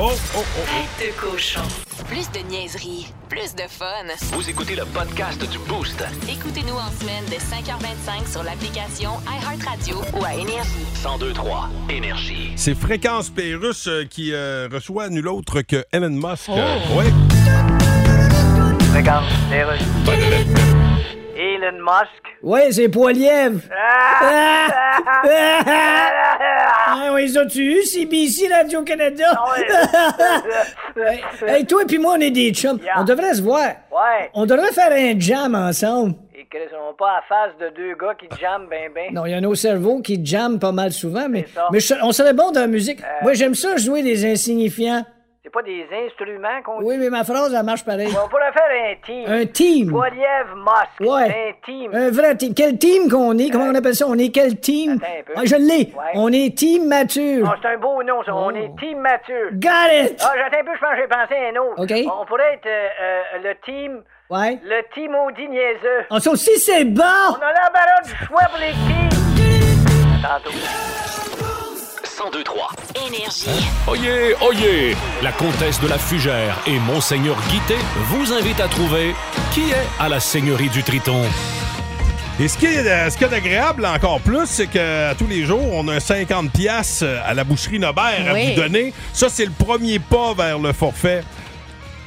Speaker 1: Oh, oh,
Speaker 3: Tête de cochon. Plus de niaiserie, plus de fun.
Speaker 2: Vous écoutez le podcast du Boost.
Speaker 3: Écoutez-nous en semaine de 5h25 sur l'application iHeartRadio ou à Énergie.
Speaker 2: 1023. Énergie.
Speaker 1: C'est Fréquence Pérusse euh, qui euh, reçoit nul autre que Elon Musk. Euh, ouais.
Speaker 11: Regarde, les rues. Elon Musk.
Speaker 5: Ouais, c'est Poilièvre. Ah! Ah, ouais, ils ont-tu eu CBC Radio-Canada?
Speaker 11: Ah
Speaker 5: Hey, hey, toi et puis moi, on est des chums. On devrait se voir.
Speaker 11: Ouais.
Speaker 5: On devrait faire un jam ensemble.
Speaker 11: Et qu'ils sont pas à face de deux gars qui jamment ben ben.
Speaker 5: Non, il y a nos cerveaux qui
Speaker 11: Euh.
Speaker 5: jamment pas mal souvent, mais, mais je- on serait bon dans la musique. Moi, j'aime ça jouer des insignifiants.
Speaker 11: C'est C'est pas des instruments qu'on
Speaker 4: Oui,
Speaker 11: dit.
Speaker 4: mais ma phrase, elle marche pareil.
Speaker 11: On pourrait faire un team.
Speaker 4: Un team.
Speaker 11: Poiliev Mosque.
Speaker 4: Ouais.
Speaker 11: Un team. Euh.
Speaker 4: Un vrai team. Quel team qu'on est? Comment on appelle ça? On est quel team?
Speaker 11: peu.
Speaker 4: Ah, je l'ai.
Speaker 11: Ouais.
Speaker 4: On est team mature.
Speaker 11: Non, c'est un beau nom, ça. On est
Speaker 2: Oh.
Speaker 11: Team Mathieu.
Speaker 4: Got it!
Speaker 11: Ah, j'attends un peu, je pense que j'ai pensé à un autre.
Speaker 4: OK.
Speaker 11: On pourrait être euh, euh, le team.
Speaker 4: Ouais.
Speaker 11: Le team Audi niaiseux.
Speaker 4: Ah, ça aussi, c'est bon!
Speaker 11: On a l'embarras du choix pour les teams. À tantôt.
Speaker 2: 1023. Énergie. Oyez, oyez! La comtesse de la Fugère et Monseigneur Guité vous invitent à trouver qui est à la Seigneurie du Triton.
Speaker 1: Et ce qui est, euh, ce qui est agréable encore plus, c'est que à tous les jours, on a un 50 pièces à la boucherie Nobert à
Speaker 6: Oui.
Speaker 1: vous donner. Ça, c'est le premier pas vers le forfait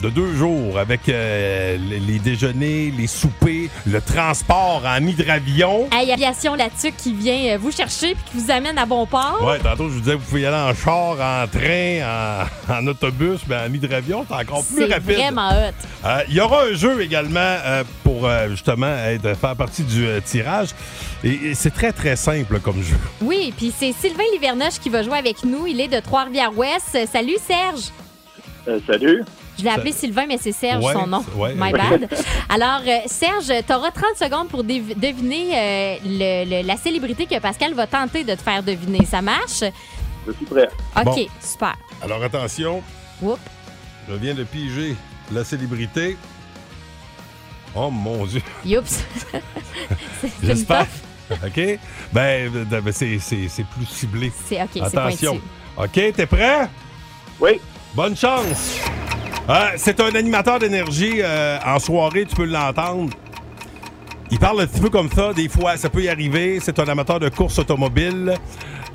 Speaker 1: de deux jours avec euh, les- les déjeuners, les soupers, le transport en hydravion.
Speaker 6: Hey, aviation là-dessus qui vient euh, vous chercher puis qui vous amène à bon port.
Speaker 1: Ouais, tantôt, je vous disais, vous pouvez y aller en char, en train, en, en autobus, mais en hydravion, c'est encore plus
Speaker 6: C'est
Speaker 1: rapide.
Speaker 6: vraiment hot.
Speaker 1: Euh, Il y aura un jeu également euh, pour euh, justement être, faire partie du euh, tirage. Et, et c'est très, très simple comme jeu.
Speaker 6: Oui, puis c'est Sylvain Livernoche qui va jouer avec nous. Il est de Trois-Rivières-Ouest. Euh, Salut Serge.
Speaker 9: salut.
Speaker 6: Je l'ai appelé Sylvain, mais c'est Serge
Speaker 9: Ouais,
Speaker 6: son nom.
Speaker 9: c'est- ouais.
Speaker 6: My bad. Alors, euh, Serge, tu auras 30 secondes pour dév- deviner euh, le- le- la célébrité que Pascal va tenter de te faire deviner. Ça marche?
Speaker 1: Je suis prêt.
Speaker 6: OK, super.
Speaker 1: Alors attention.
Speaker 6: Oups.
Speaker 1: Je viens de piger la célébrité. Oh mon Dieu.
Speaker 6: Youps. C'est une
Speaker 1: J'espère.
Speaker 6: toffe.
Speaker 1: OK? Ben, euh, ben, c'est c'est- c'est plus ciblé.
Speaker 6: C'est- OK, c'est
Speaker 1: Attention.
Speaker 6: pointu.
Speaker 1: OK, t'es prêt? Oui. Bonne chance. Euh, c'est un animateur d'énergie euh, en soirée, tu peux l'entendre. Il parle un petit peu comme ça, des fois, ça peut y arriver. C'est un amateur de course automobile.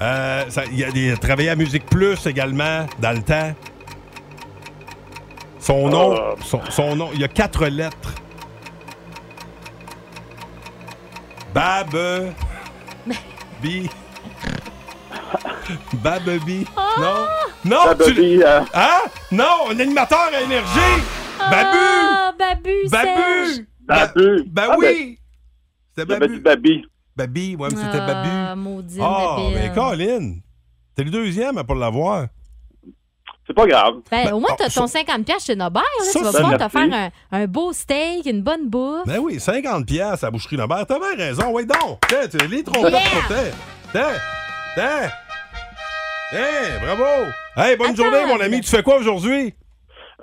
Speaker 1: Euh, ça- il a des- travaillé à Musique Plus également, dans le temps. Son nom, son, son nom, il y a quatre lettres. Bab. Bi. Bababi.
Speaker 6: Ah!
Speaker 1: Non. Non, tu...
Speaker 9: euh.
Speaker 1: Hein? Non, un animateur à énergie. Babu.
Speaker 6: Ah, Babu, Serge.
Speaker 1: Babu. Babu. Ben
Speaker 9: Ah,
Speaker 1: oui. C'était Babu.
Speaker 9: Babi.
Speaker 1: Babi, ouais, mais c'était Babu.
Speaker 6: Ah, maudine
Speaker 1: Oh,
Speaker 6: Babine.
Speaker 1: mais Colin, t'es le deuxième à pas l'avoir.
Speaker 9: C'est pas grave.
Speaker 6: Ben, au moins,
Speaker 1: oh,
Speaker 6: t'as
Speaker 1: ça-
Speaker 6: ton 50 pièces chez Nobert. là.
Speaker 1: Ça,
Speaker 6: tu vas
Speaker 1: ça,
Speaker 6: pouvoir te
Speaker 1: merci.
Speaker 6: faire un, un beau steak, une bonne bouffe.
Speaker 1: Ben oui, 50 pièces à la boucherie Lambert. T'as bien raison. Oui, donc. T'es, t'es les trompettes
Speaker 6: Yeah!
Speaker 1: pour t'es. T'es. T'es. T'es. Bravo. Hey, bonne journée, mon ami. Tu fais quoi aujourd'hui?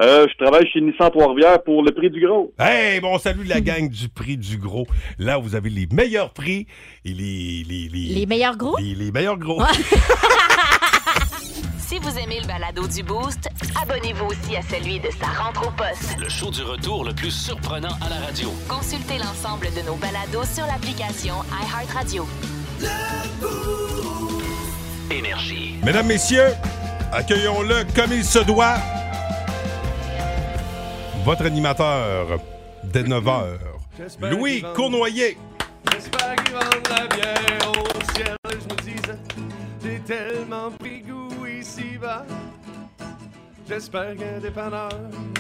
Speaker 9: Euh, je travaille chez Nissan Trois-Rivières pour le prix du gros.
Speaker 1: Hey, bon, salut la gang du prix du gros. Là, vous avez les meilleurs prix et les. Les, les-
Speaker 6: Les meilleurs gros?
Speaker 1: les- les meilleurs gros.
Speaker 3: Si vous aimez le balado du Boost, abonnez-vous aussi à celui de sa rentre au poste.
Speaker 2: Le show du retour le plus surprenant à la radio.
Speaker 3: Consultez l'ensemble de nos balados sur l'application iHeartRadio.
Speaker 2: Énergie.
Speaker 1: Mesdames, messieurs, accueillons-le comme il se doit. Votre animateur dès 9 h. Louis Cournoyer.
Speaker 19: J'espère qu'il vendra la bière au ciel. Je me disais, j'ai tellement pris goût ici-bas. J'espère qu'un dépanneur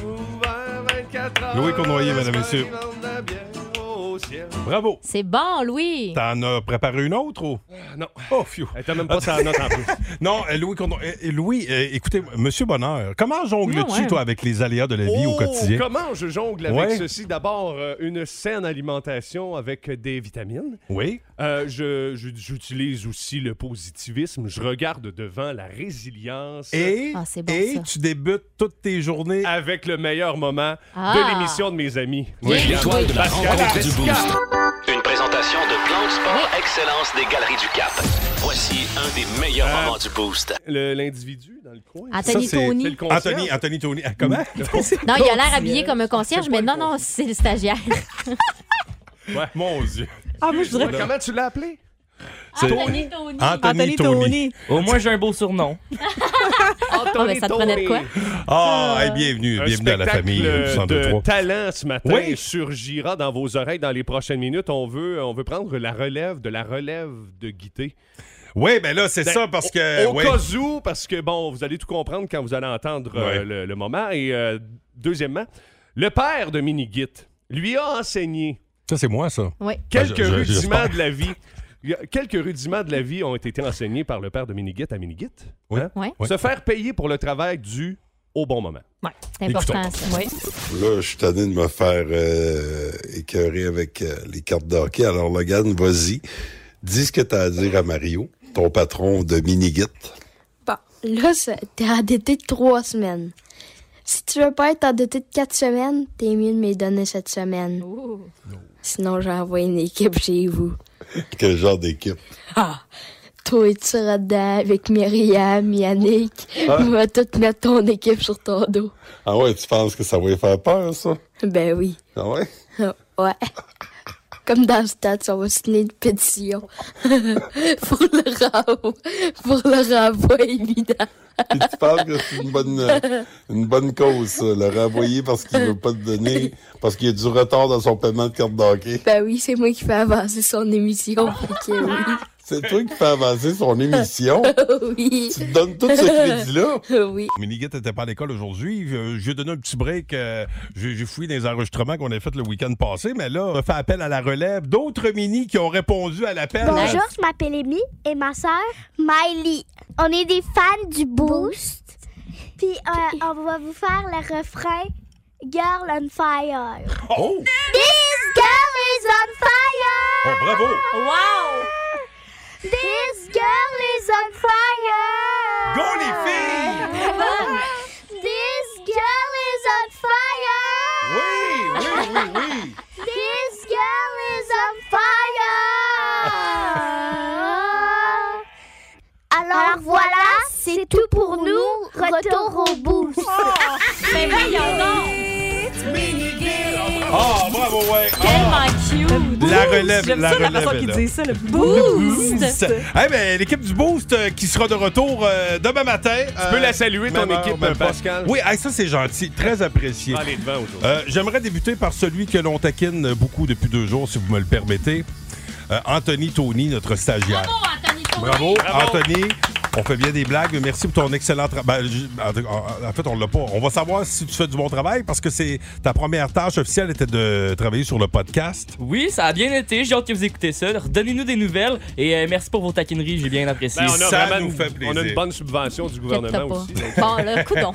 Speaker 19: ouvert 24 heures.
Speaker 1: Louis Cournoyer, mesdames et messieurs.
Speaker 19: J'espère qu'il vendra la bière au ciel.
Speaker 1: Bravo.
Speaker 6: C'est bon, Louis.
Speaker 1: T'en as préparé une autre ou?
Speaker 19: Non.
Speaker 1: Oh, phew.
Speaker 19: Elle était même pas sa note en plus.
Speaker 1: Non, euh, Louis, Cournoyer- euh, Louis euh, écoutez, Monsieur Bonheur, comment jongles-tu,
Speaker 19: Ah ouais.
Speaker 1: toi, avec les aléas de la vie au
Speaker 19: Oh,
Speaker 1: quotidien?
Speaker 19: Comment je jongle avec
Speaker 1: Ouais.
Speaker 19: ceci? D'abord, euh, une saine alimentation avec des vitamines.
Speaker 1: Oui.
Speaker 19: Euh, je- je- J'utilise aussi le positivisme. Je regarde devant la résilience.
Speaker 1: Et,
Speaker 6: Ah,
Speaker 1: et tu débutes toutes tes journées
Speaker 19: avec le meilleur moment
Speaker 1: Ah.
Speaker 19: de l'émission de mes amis.
Speaker 2: Oui. L'étoile de la
Speaker 19: Pascal
Speaker 2: rencontre du
Speaker 19: Pascal.
Speaker 2: Boost. Une présentation de Plan de Sport Excellence des Galeries du Cap. Voici un des meilleurs moments du Boost.
Speaker 19: Le- L'individu dans le coin.
Speaker 6: Anthony
Speaker 1: Ça, c'est-
Speaker 6: Ah, Tony.
Speaker 1: Anthony, Anthony Tony. Ah, comment?
Speaker 6: Non, il a l'air habillé comme un concierge, mais non, non, c'est le stagiaire.
Speaker 1: Mon Dieu.
Speaker 7: Ah, moi, je dirais-
Speaker 19: Comment tu l'as appelé?
Speaker 6: Anthony Tony.
Speaker 19: Anthony Tony.
Speaker 8: Au moins, j'ai un beau surnom.
Speaker 6: Ah, ben, ça te prenait de quoi? Euh,
Speaker 1: Ah, eh, bienvenue,
Speaker 19: Un
Speaker 1: bienvenue à la
Speaker 19: spectacle,
Speaker 1: famille
Speaker 19: euh,
Speaker 1: du 102.3.
Speaker 19: de talent ce matin
Speaker 1: Oui.
Speaker 19: surgira dans vos oreilles dans les prochaines minutes. On veut, on veut prendre la relève de la relève de Guité.
Speaker 1: Oui, ben là, c'est
Speaker 19: Ben,
Speaker 1: ça parce
Speaker 19: au-
Speaker 1: que.
Speaker 19: Au,
Speaker 1: ouais.
Speaker 19: cas où, parce que bon, vous allez tout comprendre quand vous allez entendre euh, le, le moment. Et euh, deuxièmement, le père de Mini Git lui a enseigné
Speaker 1: Ça, c'est moi, ça.
Speaker 6: Oui.
Speaker 19: quelques
Speaker 1: Ben, je- je-
Speaker 19: rudiments
Speaker 1: j'espère.
Speaker 19: de la vie. Il y a- Quelques rudiments de la vie ont été enseignés par le père de Minigit à Minigit.
Speaker 1: Oui.
Speaker 19: Hein?
Speaker 1: Oui.
Speaker 19: Se faire payer pour le travail du
Speaker 1: au bon moment.
Speaker 6: C'est
Speaker 1: Écoutons.
Speaker 6: important, ça. Oui.
Speaker 15: Là, je suis tanné de me faire euh, écœurer avec euh, les cartes d'hockey. Alors, Logan, vas-y. Dis ce que t'as à dire à Mario, ton patron de Minigit.
Speaker 16: Bon, là, ça- t'es endetté de trois semaines. Si tu veux pas être endetté de quatre semaines, t'es mieux de me les donner cette semaine. Sinon, j'envoie une équipe chez vous. Ah!
Speaker 15: Quel genre d'équipe?
Speaker 16: Toi, tu seras dedans avec Myriam, Yannick.
Speaker 15: Ah.
Speaker 16: On va tout mettre ton équipe sur ton dos.
Speaker 15: Ah ouais, tu penses que ça va lui faire peur, ça?
Speaker 16: Ben oui.
Speaker 15: Ah ouais?
Speaker 16: Ah, Ouais. Comme dans le stade, on va signer une pétition pour le renvoi, pour le renvoi évident.
Speaker 15: Puis tu penses que c'est une bonne, euh, une bonne cause, ça, le renvoyer parce qu'il veut pas te donner, parce qu'il y a du retard dans son paiement de carte d'hockey.
Speaker 16: Ben oui, c'est moi qui fais avancer son émission. fait que oui.
Speaker 15: C'est toi qui fais avancer son émission.
Speaker 16: oui.
Speaker 15: Tu te donnes tout ce crédit-là?
Speaker 16: Oui.
Speaker 1: Minigit n'était pas à l'école aujourd'hui. Euh, J'ai donné un petit break. euh, J'ai j'ai fouillé les enregistrements qu'on a fait le week-end passé, mais là, on a fait appel à la relève. D'autres mini qui ont répondu à l'appel.
Speaker 17: Bonjour, je m'appelle Amy et ma sœur Miley. On est des fans du Boost. Puis euh, on va vous faire le refrain Girl on Fire.
Speaker 1: Oh!
Speaker 17: This girl is on fire!
Speaker 1: Oh, bravo!
Speaker 17: Wow! This girl is on fire!
Speaker 1: Go les filles!
Speaker 17: This girl is on fire!
Speaker 1: Oui, oui, oui, oui!
Speaker 17: This girl is on fire! Alors voilà, c'est tout pour nous. Oh, Retour au boost.
Speaker 13: Mais voyons donc.
Speaker 1: Ah, bravo, ouais!
Speaker 13: Tellement cute.
Speaker 1: La relève,
Speaker 7: J'aime
Speaker 1: la
Speaker 7: ça, la
Speaker 1: relève
Speaker 7: façon
Speaker 1: est
Speaker 7: qu'ils
Speaker 1: là.
Speaker 7: disent ça, le boost.
Speaker 1: Eh ben, l'équipe du Boost euh, qui sera de retour euh, demain matin. euh, Tu
Speaker 19: peux la saluer, ton équipe, Pascal.
Speaker 1: Oui, hey, ça c'est gentil, très apprécié.
Speaker 19: Allez, devant aujourd'hui.
Speaker 1: Euh, J'aimerais débuter par celui que l'on taquine beaucoup depuis deux jours, si vous me le permettez. Euh, Anthony Tony, notre stagiaire. Bravo, Anthony. On fait bien des blagues, mais merci pour ton excellent travail. En en fait, on l'a pas. On va savoir si tu fais du bon travail parce que c'est ta première tâche officielle était de travailler sur le podcast.
Speaker 8: Oui, ça a bien été. J'ai hâte que vous écoutez ça. Donnez-nous des nouvelles et euh, merci pour vos taquineries. J'ai bien apprécié.
Speaker 19: Ben, on a
Speaker 8: Ça
Speaker 19: vraiment
Speaker 8: nous
Speaker 19: une- on a une bonne subvention du gouvernement aussi. donc.
Speaker 6: Bon, là, coudon.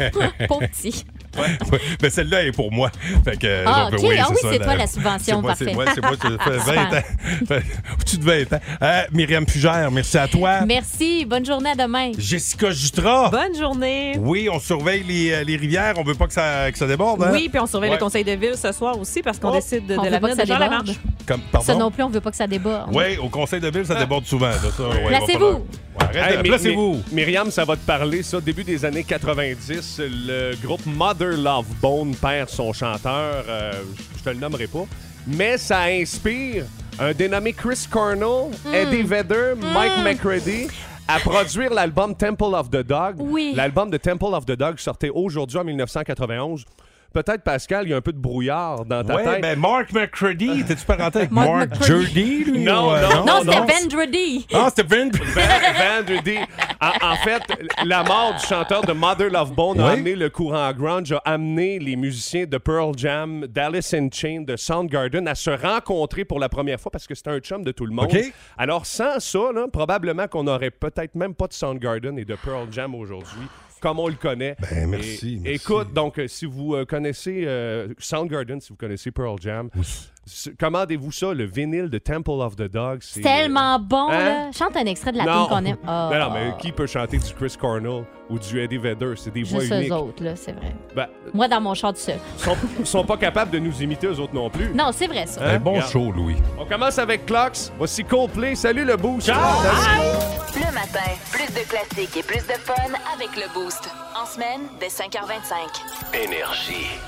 Speaker 6: Pauvre petit.
Speaker 1: Ouais, mais celle-là est pour moi. Fait que, euh,
Speaker 6: Ah,
Speaker 1: donc,
Speaker 6: ok. Ah oui,
Speaker 1: ça,
Speaker 6: c'est toi la subvention,
Speaker 1: c'est moi,
Speaker 6: parfait.
Speaker 1: C'est moi, c'est moi, ça fait
Speaker 6: Super.
Speaker 1: 20 ans. Fait- Au-dessus de 20 ans. Euh, Myriam Fugère, merci à
Speaker 19: Ah.
Speaker 1: toi.
Speaker 6: Merci. Bonne journée à demain.
Speaker 1: Jessica Jutra.
Speaker 7: Bonne journée.
Speaker 1: Oui, on surveille les, euh, les rivières. On veut pas que ça, que ça déborde. hein?
Speaker 19: ben,
Speaker 7: Oui, puis on surveille
Speaker 1: Ouais.
Speaker 7: le conseil de ville ce soir aussi parce qu'on décide de,
Speaker 6: Oh, On
Speaker 7: de
Speaker 6: veut pas
Speaker 7: l'avenir
Speaker 6: que
Speaker 7: de
Speaker 6: ça
Speaker 7: Jean
Speaker 6: déborde.
Speaker 7: Lamarche.
Speaker 1: Comme,
Speaker 6: Ça
Speaker 1: pardon?
Speaker 6: non plus, on veut pas que ça déborde.
Speaker 1: Oui, au conseil de ville, ça déborde souvent. là, ça, ouais, il va
Speaker 6: Placez-vous.
Speaker 1: falloir- Ouais, arrête de-
Speaker 19: Hey, Mi-
Speaker 1: placez-vous.
Speaker 19: Mi- Myriam, ça va te parler, ça. Début des années 90, le groupe Mother Love Bone perd son chanteur. euh, je- je te le nommerai pas. Mais ça inspire un dénommé Chris Cornell,
Speaker 6: Hmm.
Speaker 19: Eddie Vedder, Mike McCready à produire l'album Temple of the Dog.
Speaker 6: Oui.
Speaker 19: L'album de Temple of the Dog sortait aujourd'hui en 1991. Peut-être, Pascal, il y a un peu de brouillard dans ta
Speaker 1: Ouais,
Speaker 19: tête.
Speaker 1: ben, Mark McCready, t'es-tu parenté avec Mark, Jurdy, lui?
Speaker 19: Non,
Speaker 1: ou, euh,
Speaker 19: non,
Speaker 6: Non, c'était Vendredi.
Speaker 1: Ah, c'était Ben.
Speaker 19: Van- Vendredi. En, en fait, la mort du chanteur de Mother Love Bone a
Speaker 1: Oui.
Speaker 19: amené le courant grunge, a amené les musiciens de Pearl Jam, d'Alice in Chain, de Soundgarden à se rencontrer pour la première fois parce que c'était un chum de tout le monde.
Speaker 1: OK.
Speaker 19: Alors, sans ça, là, probablement qu'on n'aurait peut-être même pas de Soundgarden et de Pearl Jam aujourd'hui. Comme on le connaît.
Speaker 1: Ben, merci,
Speaker 19: Et-
Speaker 1: merci.
Speaker 19: Écoute, donc, euh, si vous euh, connaissez euh, Soundgarden, si vous connaissez Pearl Jam, s- commandez-vous ça, le vinyle de Temple of the Dog. c'est-
Speaker 6: Tellement bon,
Speaker 19: Hein?
Speaker 6: là. Chante un extrait de la
Speaker 19: non.
Speaker 6: tune qu'on aime. Ah.
Speaker 19: Non, non, mais qui peut chanter du Chris Cornell ou du Eddie Vedder? C'est des voix
Speaker 6: Juste
Speaker 19: uniques.
Speaker 6: eux autres, là, c'est vrai.
Speaker 19: Ben,
Speaker 6: Moi, dans mon char du seul.
Speaker 19: sont, sont pas capables de nous imiter, eux autres non plus.
Speaker 6: Non, c'est vrai, ça.
Speaker 19: Hein?
Speaker 1: Un bon
Speaker 19: Regarde.
Speaker 1: show, Louis.
Speaker 19: On commence avec Clocks. Voici Coldplay. Salut le boost.
Speaker 3: Le matin, plus de classiques et plus de fun avec le Boost. En semaine, dès 5h25.
Speaker 2: Énergie.